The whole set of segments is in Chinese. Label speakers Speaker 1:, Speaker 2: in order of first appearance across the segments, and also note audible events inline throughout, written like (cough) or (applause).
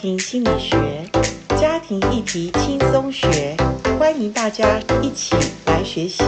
Speaker 1: 庭心理学，家庭议题轻松学，欢迎大家一起来学习。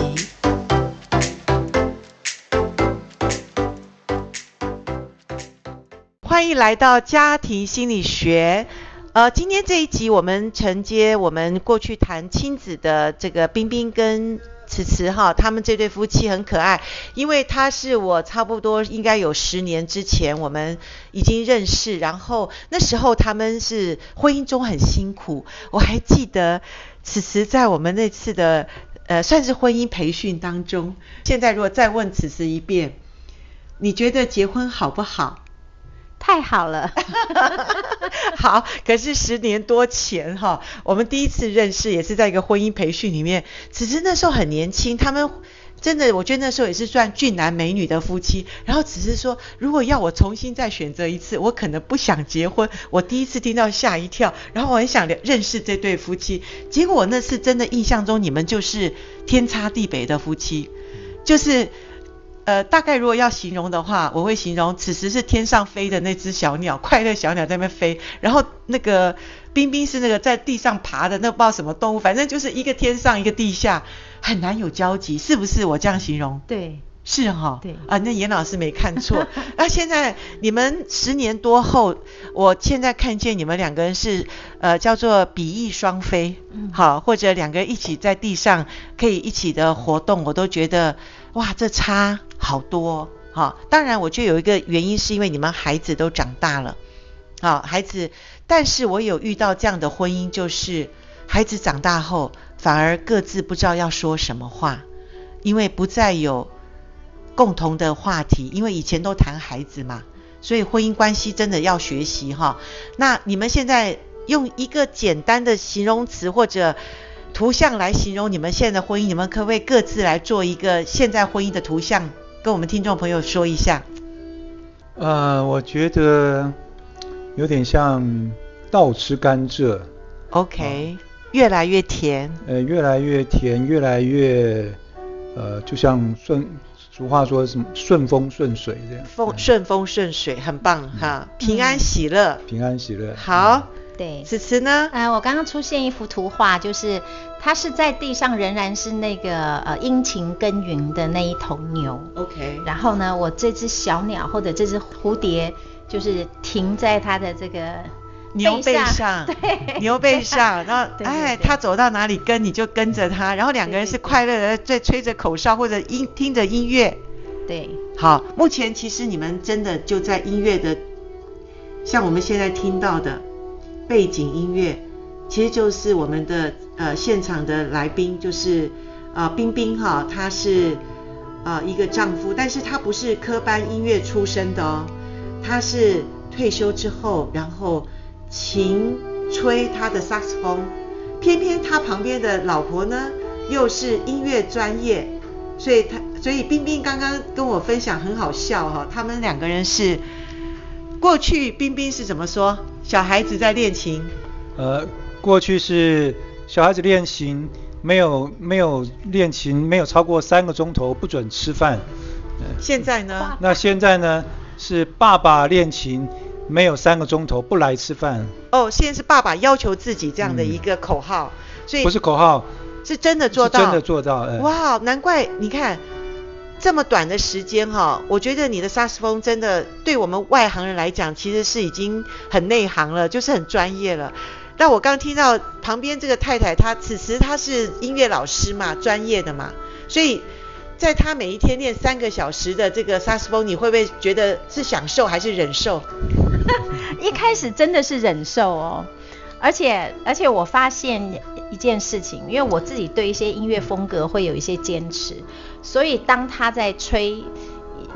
Speaker 1: 欢迎来到家庭心理学。呃，今天这一集我们承接我们过去谈亲子的这个冰冰跟慈慈哈，他们这对夫妻很可爱，因为他是我差不多应该有十年之前我们已经认识，然后那时候他们是婚姻中很辛苦，我还记得此时在我们那次的呃算是婚姻培训当中，现在如果再问此时一遍，你觉得结婚好不好？
Speaker 2: 太好了，
Speaker 1: (laughs) 好，可是十年多前哈，我们第一次认识也是在一个婚姻培训里面，只是那时候很年轻，他们真的，我觉得那时候也是算俊男美女的夫妻。然后只是说，如果要我重新再选择一次，我可能不想结婚。我第一次听到吓一跳，然后我很想了认识这对夫妻，结果那次真的印象中你们就是天差地北的夫妻，就是。呃，大概如果要形容的话，我会形容此时是天上飞的那只小鸟，快乐小鸟在那边飞，然后那个冰冰是那个在地上爬的，那不知道什么动物，反正就是一个天上一个地下，很难有交集，是不是？我这样形容，
Speaker 2: 对，
Speaker 1: 是哈、
Speaker 2: 对
Speaker 1: 啊，那严老师没看错。
Speaker 2: (laughs)
Speaker 1: 那、现在你们十年多后，我现在看见你们两个人是呃叫做比翼双飞，
Speaker 2: 嗯
Speaker 1: 好，或者两个人一起在地上可以一起的活动，我都觉得哇，这差好多哦哈、当然，我觉得有一个原因是因为你们孩子都长大了，啊，孩子，但是我有遇到这样的婚姻，就是孩子长大后反而各自不知道要说什么话，因为不再有共同的话题，因为以前都谈孩子嘛，所以婚姻关系真的要学习哈。那你们现在用一个简单的形容词或者图像来形容你们现在的婚姻，你们可不可以各自来做一个现在婚姻的图像，跟我们听众朋友说一下？
Speaker 3: 呃，我觉得有点像倒吃甘蔗，啊
Speaker 1: OK，、越来越甜。
Speaker 3: 呃，越来越甜，越来越，呃，就像顺，俗话说什么顺风顺水这样，
Speaker 1: 风
Speaker 3: 嗯
Speaker 1: 顺风顺水，很棒哈！平安喜乐，
Speaker 3: 平安喜乐。
Speaker 1: 好。
Speaker 2: 对。
Speaker 1: 此时呢，
Speaker 2: 呃，我刚刚出现一幅图画，就是它是在地上仍然是那个呃殷勤耕耘的那一头牛，
Speaker 1: OK，
Speaker 2: 然后呢，我这只小鸟或者这只蝴蝶就是停在它的这个
Speaker 1: 牛背上，
Speaker 2: (laughs) 对，
Speaker 1: 牛背上，然后
Speaker 2: (laughs) 对对
Speaker 1: 哎，
Speaker 2: 对
Speaker 1: 他走到哪里跟你就跟着他，然后两个人
Speaker 2: 对对
Speaker 1: 是
Speaker 2: 对
Speaker 1: 快乐的，在吹着口哨或者音听着音乐。
Speaker 2: 对
Speaker 1: 好，目前其实你们真的就在音乐的，像我们现在听到的背景音乐，其实就是我们的呃现场的来宾，就是呃冰冰哈，她是呃一个丈夫，但是她不是科班音乐出身的哦，她是退休之后，然后勤吹她的萨克斯风，偏偏他旁边的老婆呢又是音乐专业，所以他所以冰冰刚刚跟我分享很好笑哈、他们两个人是过去冰冰是怎么说？小孩子在练琴，
Speaker 3: 呃，过去是小孩子练琴，没有没有练琴，没有超过三个钟头不准吃饭。呃
Speaker 1: 现在呢？
Speaker 3: 那现在呢是爸爸练琴，没有三个钟头不来吃饭，
Speaker 1: 哦，现在是爸爸要求自己这样的一个口号，所以
Speaker 3: 嗯不是口号，
Speaker 1: 是真的做到，
Speaker 3: 是真的做到哎
Speaker 1: 哇，难怪你看这么短的时间哈、我觉得你的萨克斯风真的对我们外行人来讲，其实是已经很内行了，就是很专业了。那我刚听到旁边这个太太，她此时她是音乐老师嘛，专业的嘛，所以在她每一天练三个小时的这个萨克斯风，你会不会觉得是享受还是忍受？
Speaker 2: (laughs) 一开始真的是忍受哦，而且而且我发现一件事情，因为我自己对一些音乐风格会有一些坚持，所以当他在吹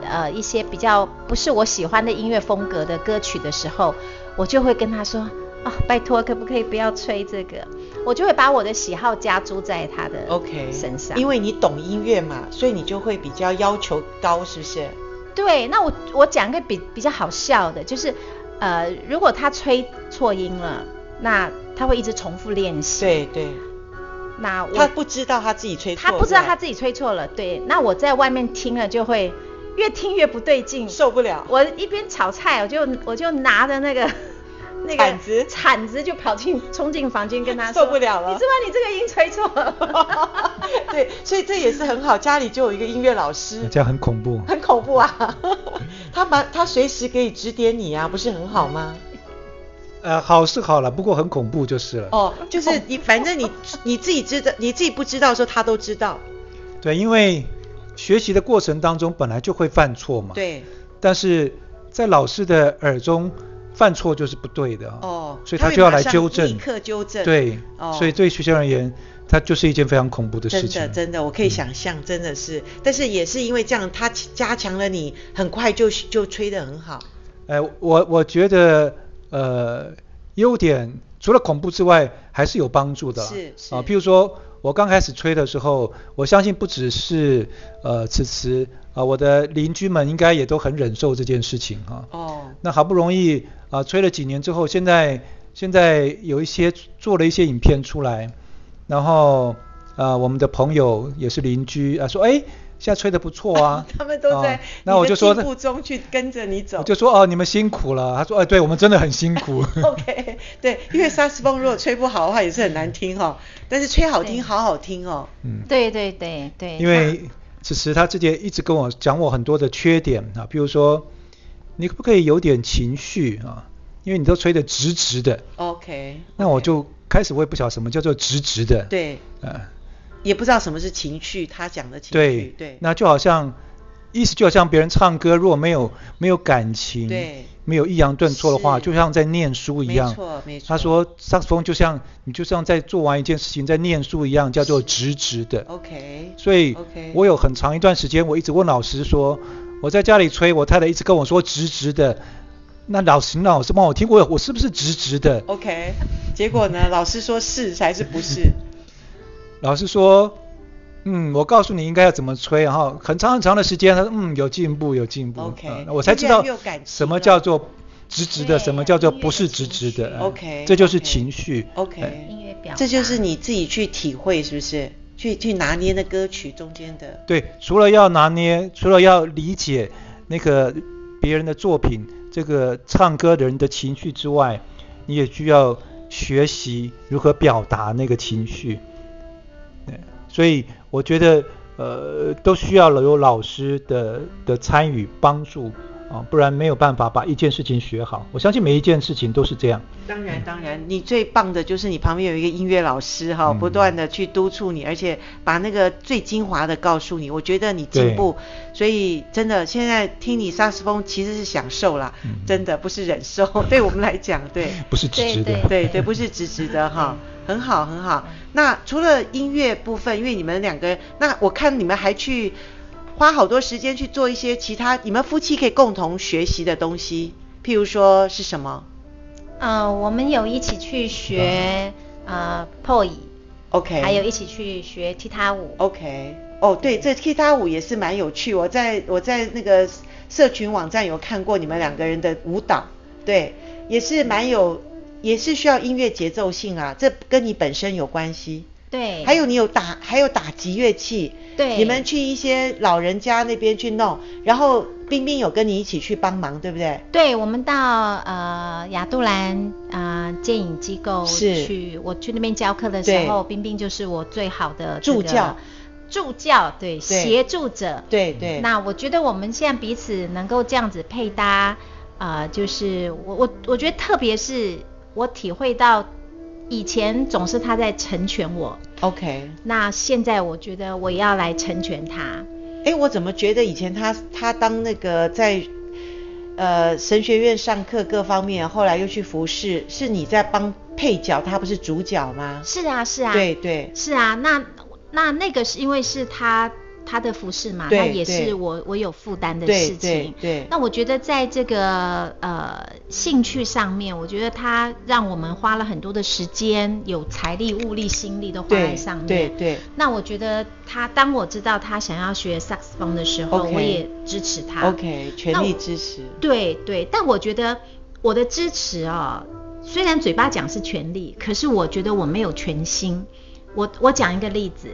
Speaker 2: 呃一些比较不是我喜欢的音乐风格的歌曲的时候，我就会跟他说啊，拜托可不可以不要吹这个？我就会把我的喜好加诸在他的
Speaker 1: OK，
Speaker 2: 身上，
Speaker 1: 因为你懂音乐嘛，所以你就会比较要求高，是不是？
Speaker 2: 对，那我我讲一个比比较好笑的，就是呃，如果他吹错音了，那他会一直重复练习。，
Speaker 1: 对对，
Speaker 2: 那我
Speaker 1: 他不知道他自己吹错，
Speaker 2: 他不知道
Speaker 1: 对
Speaker 2: 他自己吹错了，对，那我在外面听了就会越听越不对劲，
Speaker 1: 受不了。 (laughs)
Speaker 2: 我一边炒菜，我就我就拿着那个那个
Speaker 1: 铲子
Speaker 2: 铲子就跑进冲进房间跟他说
Speaker 1: 受不了了
Speaker 2: 你知道你这个音吹错
Speaker 1: (laughs)
Speaker 2: 了， (laughs)
Speaker 1: 对，所以这也是很好，家里就有一个音乐老师，
Speaker 3: 这样很恐怖。
Speaker 1: 很恐怖啊， (laughs) 他蛮他随时可以指点你啊，不是很好吗？
Speaker 3: 呃，好是好了，不过很恐怖就是了。
Speaker 1: 哦，就是你反正你你自己知道，你自己不知道的时候他都知道，
Speaker 3: 对，因为学习的过程当中本来就会犯错嘛。。
Speaker 1: 对，
Speaker 3: 但是在老师的耳中犯错就是不对的啊
Speaker 1: 哦
Speaker 3: 所以
Speaker 1: 他
Speaker 3: 他
Speaker 1: 会
Speaker 3: 就要
Speaker 1: 马
Speaker 3: 来
Speaker 1: 上
Speaker 3: 纠正，
Speaker 1: 立刻纠正
Speaker 3: 对，
Speaker 1: 哦
Speaker 3: 所以对学校而言，它就是一件非常恐怖的事
Speaker 1: 真
Speaker 3: 情。嗯
Speaker 1: 的真的，我可以想象，真的是，但是也是因为这样，他加强了你，很快就就吹得很好，
Speaker 3: 呃，我我觉得呃，优点除了恐怖之外，还是有帮助的啦。
Speaker 1: 是是
Speaker 3: 啊，譬如说我刚开始吹的时候，我相信不只是呃此词啊，我的邻居们应该也都很忍受这件事情哈、
Speaker 1: 哦，
Speaker 3: 那好不容易啊，吹了几年之后，现在现在有一些做了一些影片出来，然后啊，我们的朋友也是邻居啊，说哎，现在吹的不错啊
Speaker 1: (laughs) ，他们都在
Speaker 3: 啊
Speaker 1: 你
Speaker 3: 那我
Speaker 1: 的
Speaker 3: 就说
Speaker 1: 进步中去跟着你走
Speaker 3: 我就说哦，你们辛苦了。他说哎，对我们真的很辛
Speaker 1: (laughs)
Speaker 3: 苦。 (laughs)
Speaker 1: OK，对，因为萨克斯风如果吹不好的话也是很难听哦，但是吹好听，好好听哦。
Speaker 3: 嗯，
Speaker 2: 对对对对，
Speaker 3: 因为此时他之前一直跟我讲我很多的缺点啊，比如说你可不可以有点情绪啊？因为你都吹得直直的，
Speaker 1: OK，
Speaker 3: 那我就开始我也不晓得什么叫做直直的。，
Speaker 1: 对，
Speaker 3: 呃，
Speaker 1: 也不知道什么是情绪，他讲的情
Speaker 3: 对
Speaker 1: 绪，对，
Speaker 3: 那就好像意思就好像别人唱歌如果没有没有感情，
Speaker 1: 对
Speaker 3: 没有抑扬顿挫的话，
Speaker 1: 是
Speaker 3: 就像在念书一样。
Speaker 1: 没错没错
Speaker 3: 他说萨克斯风就像你就像在做完一件事情在念书一样，叫做直直的。
Speaker 1: OK，
Speaker 3: 所以
Speaker 1: OK
Speaker 3: 我有很长一段时间，我一直问老师说，我在家里吹，我太太一直跟我说直直的。那老师，那老师帮我听，我有我是不是直直的？
Speaker 1: OK，结果呢，老师说是还是不
Speaker 3: (laughs)
Speaker 1: 是？
Speaker 3: 老师说，嗯，我告诉你应该要怎么吹，然后很长很长的时间，他说，嗯，有进步，有进步。
Speaker 1: OK，
Speaker 3: 嗯我才知
Speaker 1: 越
Speaker 3: 道
Speaker 1: 来越有啊感情
Speaker 3: 什么
Speaker 1: 了
Speaker 3: 叫做直直的，
Speaker 2: 对
Speaker 3: 什么叫做
Speaker 2: 音乐
Speaker 3: 不是
Speaker 2: 的
Speaker 3: 直直
Speaker 2: 情绪
Speaker 3: 的。嗯
Speaker 1: OK，
Speaker 3: 这就是
Speaker 1: OK
Speaker 3: 情绪。哎
Speaker 1: OK，
Speaker 2: 音乐表达
Speaker 1: 这就是你自己去体会，是不是？去去拿捏那歌曲中间的。
Speaker 3: 对，除了要拿捏，除了要理解那个别人的作品，这个唱歌的人的情绪之外，你也需要学习如何表达那个情绪。对，所以我觉得，呃，都需要有老师的的参与帮助啊，不然没有办法把一件事情学好。我相信每一件事情都是这样。
Speaker 1: 当然，当然，你最棒的就是你旁边有一个音乐老师哈，
Speaker 3: 嗯
Speaker 1: 不断的去督促你，而且把那个最精华的告诉你。我觉得你
Speaker 3: 对
Speaker 1: 进步，所以真的现在听你萨克斯风其实是享受啦，
Speaker 3: 嗯
Speaker 1: 真的不是忍受。 (laughs) 对我们来讲，对，
Speaker 3: 不是直
Speaker 2: 对
Speaker 3: 直的，
Speaker 1: 对对，不是直直的哈，
Speaker 3: 嗯
Speaker 1: 很好很好。那除了音乐部分，因为你们两个人，那我看你们还去花好多时间去做一些其他你们夫妻可以共同学习的东西，譬如说是什么
Speaker 2: 呃，我们有一起去学呃 poi，
Speaker 1: 啊？OK，
Speaker 2: 还有一起去学踢踏舞。
Speaker 1: OK，哦，对，这 K 他舞也是蛮有趣。我在我在那个社群网站有看过你们两个人的舞蹈，对，也是蛮有，也是需要音乐节奏性啊，这跟你本身有关系。
Speaker 2: 对，
Speaker 1: 还有你有打，还有打击乐器，
Speaker 2: 对
Speaker 1: 你们去一些老人家那边去弄，然后冰冰有跟你一起去帮忙，对不对？
Speaker 2: 对，我们到呃亚杜兰啊电影机构
Speaker 1: 是
Speaker 2: 去，我去那边教课的
Speaker 1: 对
Speaker 2: 时候，冰冰就是我最好的这
Speaker 1: 助
Speaker 2: 个
Speaker 1: 教，
Speaker 2: 助教对协助者。
Speaker 1: 对对
Speaker 2: 那我觉得我们现在彼此能够这样子配搭，啊，就是我我我觉得特别是我体会到，以前总是他在成全我，
Speaker 1: ，OK。
Speaker 2: 那现在我觉得我要来成全他。
Speaker 1: 哎，我怎么觉得以前他他当那个在呃神学院上课各方面，后来又去服侍，是你在帮配角，他不是主角吗？
Speaker 2: 是啊，是啊，
Speaker 1: 对对
Speaker 2: 是啊，那那那个是因为是他他的服饰嘛，
Speaker 1: 对
Speaker 2: 那也
Speaker 1: 对
Speaker 2: 是我我有负担的
Speaker 1: 对
Speaker 2: 事
Speaker 1: 对
Speaker 2: 情。
Speaker 1: 对，
Speaker 2: 那我觉得在这个呃兴趣上面，我觉得他让我们花了很多的时间，有财力、物力、心力都花在
Speaker 1: 对
Speaker 2: 上面。
Speaker 1: 对对
Speaker 2: 那我觉得他，当我知道他想要学萨克斯风的时候
Speaker 1: OK
Speaker 2: 我也支持他。
Speaker 1: ，OK，全力支持。
Speaker 2: 对对，但我觉得我的支持啊、虽然嘴巴讲是全力，可是我觉得我没有全心。我我讲一个例子，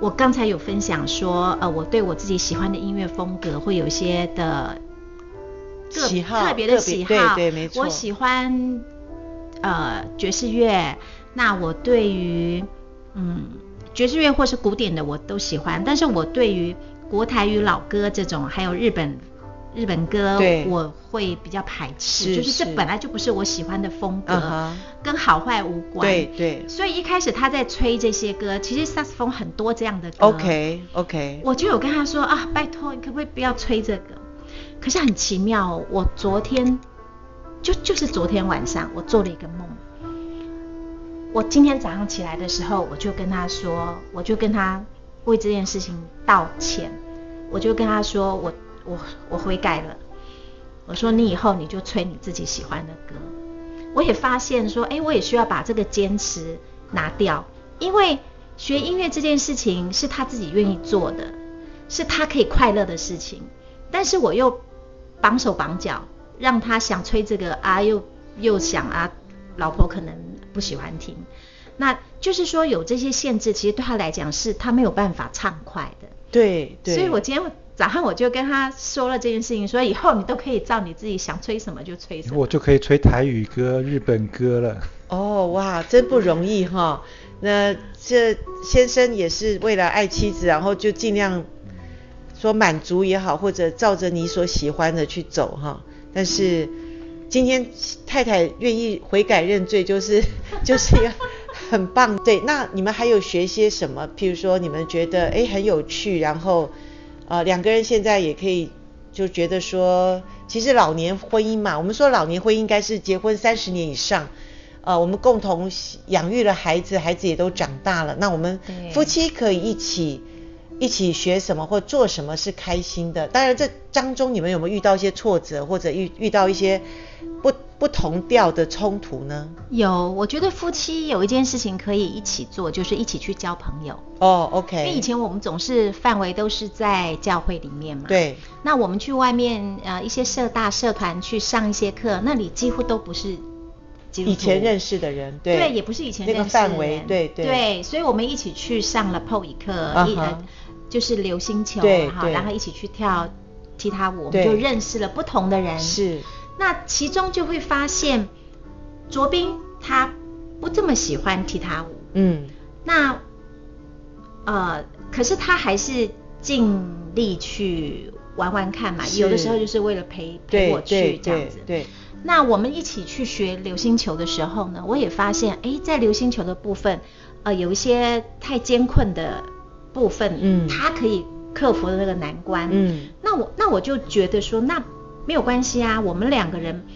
Speaker 2: 我刚才有分享说，呃，我对我自己喜欢的音乐风格会有一些的个
Speaker 1: 喜好
Speaker 2: 特别的
Speaker 1: 特别
Speaker 2: 喜好，
Speaker 1: 对对没错
Speaker 2: 我喜欢呃爵士乐，那我对于嗯爵士乐或是古典的我都喜欢，但是我对于国台语老歌这种，还有日本日本歌
Speaker 1: 对，
Speaker 2: 我会比较排斥，
Speaker 1: 是
Speaker 2: 就是这
Speaker 1: 是
Speaker 2: 本来就不是我喜欢的风格，
Speaker 1: 嗯哼
Speaker 2: 跟好坏无关。
Speaker 1: 对对
Speaker 2: 所以一开始他在吹这些歌，其实萨克斯风很多这样的歌。
Speaker 1: ，OK OK，
Speaker 2: 我就有跟他说啊，拜托，你可不可以不要吹这个？可是很奇妙哦，我昨天就就是昨天晚上，我做了一个梦。我今天早上起来的时候，我就跟他说，我就跟他为这件事情道歉，我就跟他说，我我我悔改了。我说你以后你就吹你自己喜欢的歌。我也发现说，哎，我也需要把这个坚持拿掉，因为学音乐这件事情是他自己愿意做的，是他可以快乐的事情，但是我又绑手绑脚，让他想吹这个啊，又又想啊，老婆可能不喜欢听，那就是说有这些限制，其实对他来讲是他没有办法畅快的。
Speaker 1: 对对，
Speaker 2: 所以我今天早上我就跟他说了这件事情，说以后你都可以照你自己想吹什么就吹什么。
Speaker 3: 我就可以吹台语歌、日本歌了。
Speaker 1: 哦，哇，真不容易哈。那这先生也是为了爱妻子，然后就尽量说满足也好，或者照着你所喜欢的去走哈。但是今天太太愿意悔改认罪，就是 (laughs) 就是一个很棒。对，那你们还有学些什么？譬如说你们觉得诶很有趣，然后呃两个人现在也可以就觉得说，其实老年婚姻嘛，我们说老年婚姻应该是结婚三十年以上。呃，我们共同养育了孩子，孩子也都长大了。那我们
Speaker 2: 对
Speaker 1: 夫妻可以一起一起学什么或做什么是开心的。当然，这当中你们有没有遇到一些挫折，或者遇遇到一些不不同调的冲突呢？
Speaker 2: 有，我觉得夫妻有一件事情可以一起做，就是一起去交朋友。
Speaker 1: 哦
Speaker 2: 因为
Speaker 1: ，OK，
Speaker 2: 以前我们总是范围都是在教会里面嘛，。
Speaker 1: 对
Speaker 2: 那我们去外面呃一些社大社团去上一些课，那里几乎都不是基督徒。
Speaker 1: 以前认识的人，对
Speaker 2: 也不是以前
Speaker 1: 那个
Speaker 2: 认识的
Speaker 1: 范围
Speaker 2: 人，
Speaker 1: 对
Speaker 2: 对
Speaker 1: 对
Speaker 2: 所以我们一起去上了 POE 课，
Speaker 1: 嗯
Speaker 2: 一、呃
Speaker 1: 哼
Speaker 2: 就是流星球，啊
Speaker 1: 对
Speaker 2: 哈，
Speaker 1: 对
Speaker 2: 然后一起去跳踢踏舞，我们
Speaker 1: 对
Speaker 2: 就认识了不同的人，
Speaker 1: 是
Speaker 2: 那其中就会发现，卓斌他不这么喜欢踢踏舞，
Speaker 1: 嗯
Speaker 2: 那呃，可是他还是尽力去玩玩看嘛，
Speaker 1: 是
Speaker 2: 有的时候就是为了陪陪
Speaker 1: 对
Speaker 2: 我
Speaker 1: 对
Speaker 2: 去这样
Speaker 1: 对
Speaker 2: 子。
Speaker 1: 对
Speaker 2: 那我们一起去学流星球的时候呢，我也发现，哎，在流星球的部分，呃，有一些太艰困的部分，
Speaker 1: 嗯
Speaker 2: 他可以克服那个难关，
Speaker 1: 嗯
Speaker 2: 那我那我就觉得说，那没有关系啊，我们两个人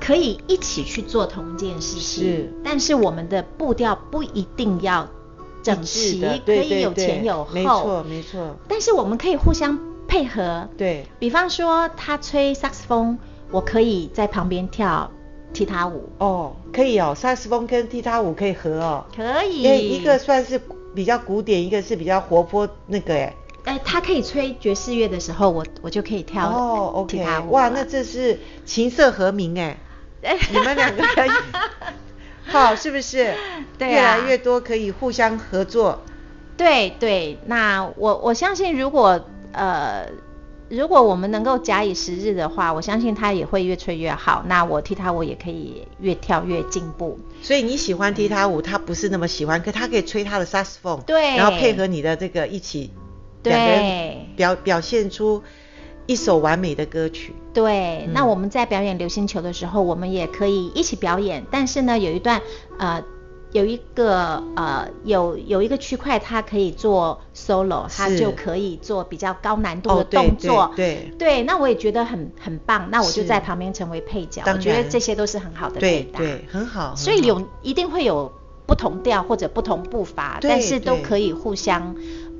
Speaker 2: 可以一起去做同一件事情，
Speaker 1: 是
Speaker 2: 但是我们的步调不一定要整
Speaker 1: 是
Speaker 2: 齐
Speaker 1: 的，，
Speaker 2: 可
Speaker 1: 对
Speaker 2: 以
Speaker 1: 对
Speaker 2: 有前
Speaker 1: 对
Speaker 2: 有后，
Speaker 1: 没错没错，
Speaker 2: 但是我们可以互相配合，
Speaker 1: 对
Speaker 2: 比方说他吹萨克斯风，我可以在旁边跳踢踏舞，
Speaker 1: 哦，可以哦，萨克斯风跟踢踏舞可以合哦，
Speaker 2: 可以，
Speaker 1: 因为一个算是比较古典，一个是比较活泼那个哎。
Speaker 2: 哎，他可以吹爵士乐的时候，我我就可以跳
Speaker 1: 哦
Speaker 2: 踢
Speaker 1: ，OK，
Speaker 2: 踏舞
Speaker 1: 哇，
Speaker 2: 了
Speaker 1: 那这是琴瑟和鸣哎，你们两个
Speaker 2: (laughs)
Speaker 1: 人，好是不是？
Speaker 2: 对
Speaker 1: 越
Speaker 2: 啊
Speaker 1: 来越多可以互相合作，
Speaker 2: 对对，那我我相信，如果呃，如果我们能够假以时日的话，我相信他也会越吹越好。那我替他，我也可以越跳越进步。
Speaker 1: 所以你喜
Speaker 2: 嗯
Speaker 1: 欢踢踏舞，他不是那么喜欢，可他可以吹他的萨克斯风，
Speaker 2: 对
Speaker 1: 然后配合你的这个一起，
Speaker 2: 对
Speaker 1: 两个人表表现出一首完美的歌曲。
Speaker 2: 对，那
Speaker 1: 嗯
Speaker 2: 我们在表演流星球的时候，我们也可以一起表演，但是呢，有一段呃。有一个呃，有有一个区块，它可以做 solo，它
Speaker 1: 是
Speaker 2: 就可以做比较高难度
Speaker 1: 哦
Speaker 2: 的
Speaker 1: 对
Speaker 2: 动作。
Speaker 1: 对
Speaker 2: 那我也觉得很很棒，那我就是在旁边成为配角，
Speaker 1: 当
Speaker 2: 我觉得
Speaker 1: 然
Speaker 2: 这些都是很好的
Speaker 1: 对
Speaker 2: 配搭。
Speaker 1: 对，很好。
Speaker 2: 所
Speaker 1: 很
Speaker 2: 以
Speaker 1: 好
Speaker 2: 有一定会有不同调或者不同步伐，
Speaker 1: 对
Speaker 2: 但是都
Speaker 1: 对
Speaker 2: 可以互相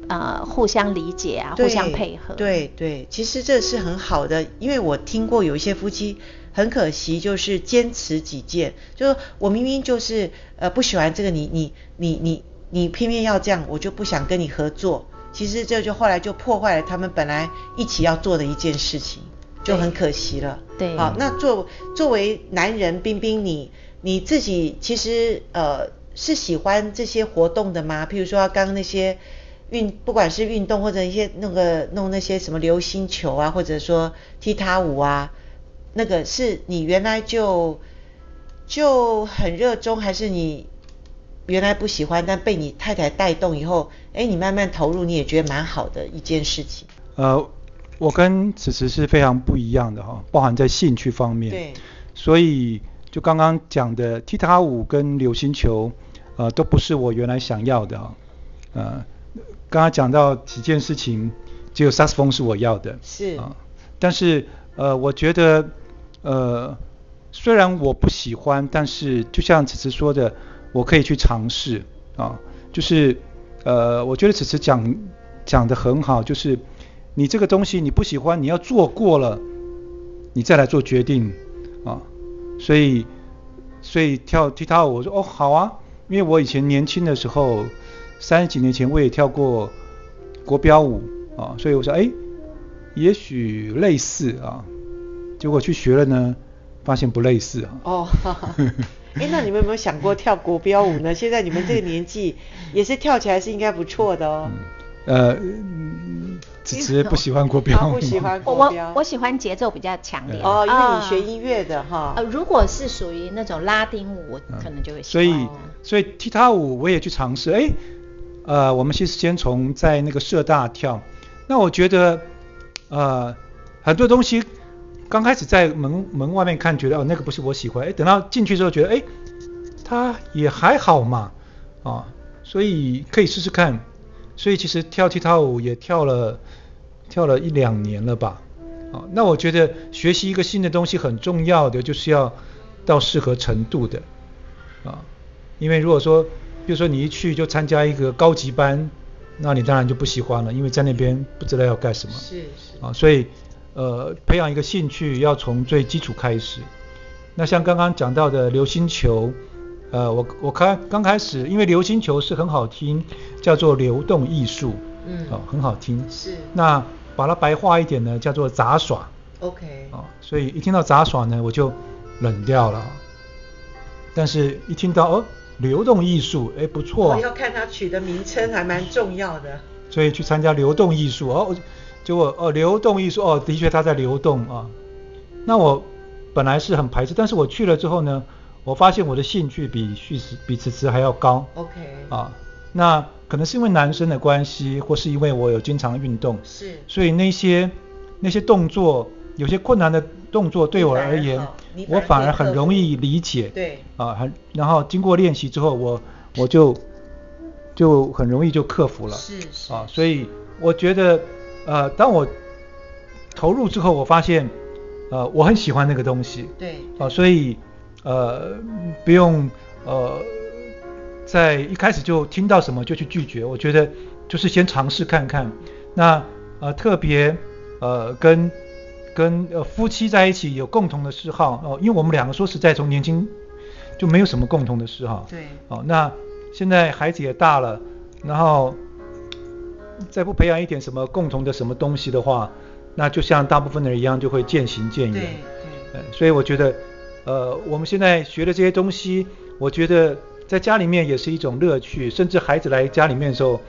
Speaker 2: 呃互相理解啊，互
Speaker 1: 对
Speaker 2: 相配合。
Speaker 1: 对对，其实这是很好的，因为我听过有一些夫妻很可惜，就是坚持己见，就是我明明就是呃不喜欢这个你，你你你你偏偏要这样，我就不想跟你合作。其实这就后来就破坏了他们本来一起要做的一件事情，就很
Speaker 2: 对
Speaker 1: 可惜了。
Speaker 2: 对
Speaker 1: 好，那作作为男人，冰冰你你自己其实呃是喜欢这些活动的吗？譬如说刚刚那些运，不管是运动或者一些那个弄那些什么流星球啊，或者说踢踏舞啊，那个是你原来就就很热衷，还是你原来不喜欢，但被你太太带动以后，哎，你慢慢投入，你也觉得蛮好的一件事情。
Speaker 3: 呃，我跟此时是非常不一样的哈、包含在兴趣方面。
Speaker 1: 对，
Speaker 3: 所以就刚刚讲的踢踏舞跟流星球，呃，都不是我原来想要的啊、呃，刚刚讲到几件事情，只有萨克斯风是我要的。
Speaker 1: 是
Speaker 3: 啊、但是呃，我觉得呃，虽然我不喜欢，但是就像此次说的，我可以去尝试啊。就是呃，我觉得此次讲讲的很好，就是你这个东西你不喜欢，你要做过了，你再来做决定啊。所以所以跳踢踏舞，我说哦好啊，因为我以前年轻的时候，三十几年前我也跳过国标舞啊，所以我说哎，也许类似啊，结果去学了呢，发现不类似啊。
Speaker 1: 哦， (laughs) 哈哈哎，那你们有没有想过跳国标舞呢？现在你们这个年纪也是跳起来是应该不错的哦。
Speaker 3: (laughs) 呃，嗯只是不喜欢国
Speaker 1: 啊
Speaker 3: 标舞，
Speaker 1: 不喜欢
Speaker 2: 我
Speaker 1: 国
Speaker 2: 我
Speaker 1: 标
Speaker 2: 我喜欢节奏比较强烈。
Speaker 1: 哦，因为你
Speaker 2: 啊
Speaker 1: 学音乐的哈
Speaker 2: 呃，，如果是属于那种拉丁舞，我
Speaker 3: 嗯
Speaker 2: 可能就会喜
Speaker 3: 所
Speaker 2: 欢。哦
Speaker 3: 以所以踢踏舞我也去尝试，哎，呃，我们其实先从在那个社大跳，那我觉得呃很多东西刚开始在门门外面看，觉得哦那个不是我喜欢，哎，等到进去之后觉得哎它也还好嘛，啊，所以可以试试看，所以其实跳踢踏舞也跳了跳了一两年了吧。啊，那我觉得学习一个新的东西很重要的，就是要到适合程度的。啊，因为如果说，比如说你一去就参加一个高级班，那你当然就不喜欢了，因为在那边不知道要干什么。
Speaker 1: 是是
Speaker 3: 啊，所以呃，培养一个兴趣要从最基础开始。那像刚刚讲到的流星球，呃，我我开刚开始，因为流星球是很好听，叫做流动艺术，
Speaker 1: 嗯
Speaker 3: 啊，很好听。
Speaker 1: 是
Speaker 3: 那把它白话一点呢，叫做杂耍。
Speaker 1: ，OK，
Speaker 3: 啊，所以一听到杂耍呢，我就冷掉了。但是，一听到哦，流动艺术，哎，不错
Speaker 1: 我，哦要看他取的名称还蛮重要的。
Speaker 3: 所以去参加流动艺术哦，我结果哦，流动艺术哦，的确它在流动啊。那我本来是很排斥，但是我去了之后呢，我发现我的兴趣比叙事比辞职还要高
Speaker 1: OK，
Speaker 3: 啊。那可能是因为男生的关系，或是因为我有经常运动，
Speaker 1: 是
Speaker 3: 所以那些那些动作，有些困难的动作对我
Speaker 1: 你反
Speaker 3: 而
Speaker 1: 而
Speaker 3: 言
Speaker 1: 好你，反而
Speaker 3: 我反而
Speaker 1: 可以克
Speaker 3: 很
Speaker 1: 服
Speaker 3: 容易理解。
Speaker 1: 对
Speaker 3: 啊，很然后经过练习之后，我我就就很容易就克服了。
Speaker 1: 是是
Speaker 3: 啊，所以我觉得，呃，当我投入之后，我发现，呃，我很喜欢那个东西。
Speaker 1: 对
Speaker 3: 啊，所以呃，不用呃，在一开始就听到什么就去拒绝，我觉得就是先尝试看看。那呃，特别呃，跟跟呃夫妻在一起有共同的嗜好哦、因为我们两个说实在，从年轻就没有什么共同的嗜好。
Speaker 1: 对
Speaker 3: 哦，那现在孩子也大了，然后再不培养一点什么共同的什么东西的话，那就像大部分的人一样，就会渐行渐远。呃，所以我觉得，呃，我们现在学的这些东西，我觉得在家里面也是一种乐趣，甚至孩子来家里面的时候，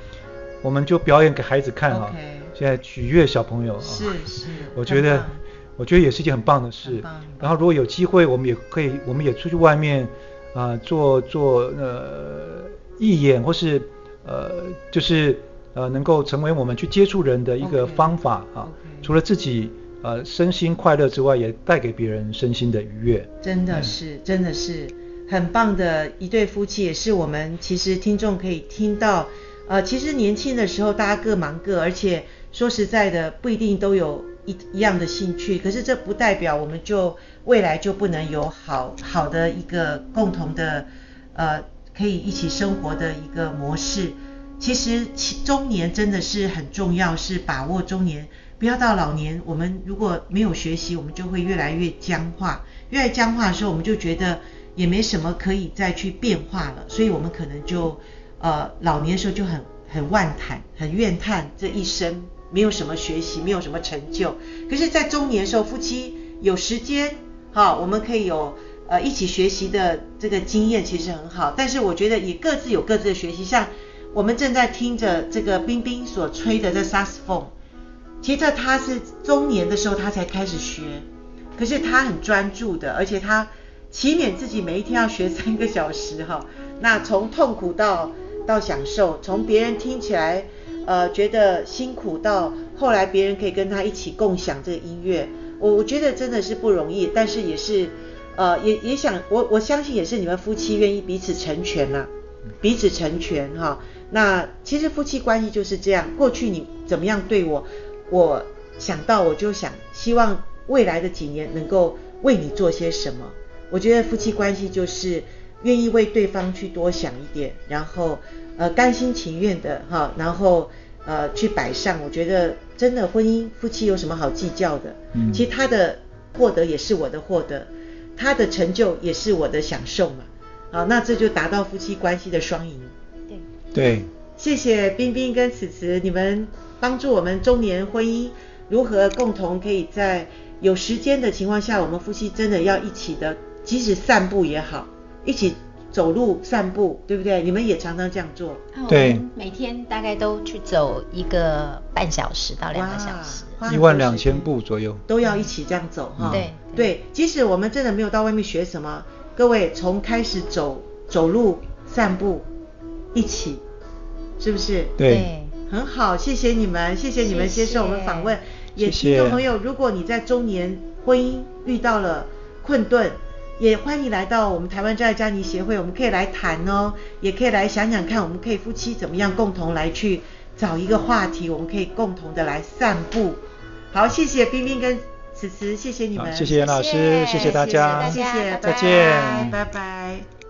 Speaker 3: 我们就表演给孩子看啊
Speaker 1: OK。
Speaker 3: 现在取悦小朋友啊，
Speaker 1: 是是
Speaker 3: 我觉得
Speaker 1: 很棒，
Speaker 3: 我觉得也是一件很棒的事
Speaker 1: 很棒很。棒
Speaker 3: 然后如果有机会，我们也可以，我们也出去外面啊、做做呃义演，或是呃就是呃能够成为我们去接触人的一个
Speaker 1: OK，
Speaker 3: 方法啊
Speaker 1: OK。
Speaker 3: 除了自己呃身心快乐之外，也带给别人身心的愉悦。嗯
Speaker 1: 真的是，真的是很棒的一对夫妻，也是我们其实听众可以听到，呃，其实年轻的时候大家各忙各，而且说实在的，不一定都有一一样的兴趣，可是这不代表我们就未来就不能有好好的一个共同的，呃，可以一起生活的一个模式。其实其中年真的是很重要，是把握中年，不要到老年，我们如果没有学习，我们就会越来越僵化。越来越僵化的时候，我们就觉得也没什么可以再去变化了，所以我们可能就呃老年的时候就很很万叹、很怨叹这一生没有什么学习，没有什么成就。可是，在中年的时候，夫妻有时间，哈，我们可以有呃一起学习的这个经验，其实很好。但是我觉得也各自有各自的学习，像我们正在听着这个冰冰所吹的这萨克斯风，其实这他是中年的时候他才开始学，可是他很专注的，而且他起点自己每一天要学三个小时哈，那从痛苦到到享受，从别人听起来呃觉得辛苦到后来别人可以跟他一起共享这个音乐，我我觉得真的是不容易，但是也是呃也也想我我相信也是你们夫妻愿意彼此成全啦、啊彼此成全哈、那其实夫妻关系就是这样，过去你怎么样对我，我想到我就想，希望未来的几年能够为你做些什么。我觉得夫妻关系就是愿意为对方去多想一点，然后呃甘心情愿的哈、然后呃去摆上。我觉得真的婚姻夫妻有什么好计较的？
Speaker 3: 嗯
Speaker 1: 其实他的获得也是我的获得，他的成就也是我的享受嘛。好，那这就达到夫妻关系的双赢。
Speaker 2: 对，
Speaker 3: 对，
Speaker 1: 谢谢冰冰跟此慈，你们帮助我们中年婚姻如何共同可以在有时间的情况下，我们夫妻真的要一起的，即使散步也好，一起走路散步，对不对？你们也常常这样做。
Speaker 2: 啊我
Speaker 3: 对
Speaker 2: 们每天大概都去走一个半小时到两个小时。
Speaker 1: 哇
Speaker 3: 一万两千步左右。
Speaker 1: 都要一起这样走哈、
Speaker 3: 嗯
Speaker 2: 对
Speaker 1: 对，即使我们真的没有到外面学什么，各位从开始走走路、散步，一起，是不是？
Speaker 3: 对，
Speaker 1: 很好，谢谢你们，谢谢你们接受我们访问。
Speaker 3: 谢谢
Speaker 1: 也
Speaker 3: 谢谢
Speaker 1: 听众朋友，如果你在中年婚姻遇到了困顿，也欢迎来到我们台湾真爱家庭协会，我们可以来谈哦，也可以来想想看，我们可以夫妻怎么样共同来去找一个话题，我们可以共同的来散步。好，谢谢冰冰跟慈慈，谢谢你
Speaker 3: 好，
Speaker 1: 们，
Speaker 3: 谢谢严老师，
Speaker 2: 谢谢
Speaker 3: 谢谢大
Speaker 2: 谢谢
Speaker 3: 家，
Speaker 2: 大
Speaker 1: 谢
Speaker 2: 家
Speaker 1: 谢，
Speaker 2: 拜
Speaker 3: 再见
Speaker 1: 拜拜。拜拜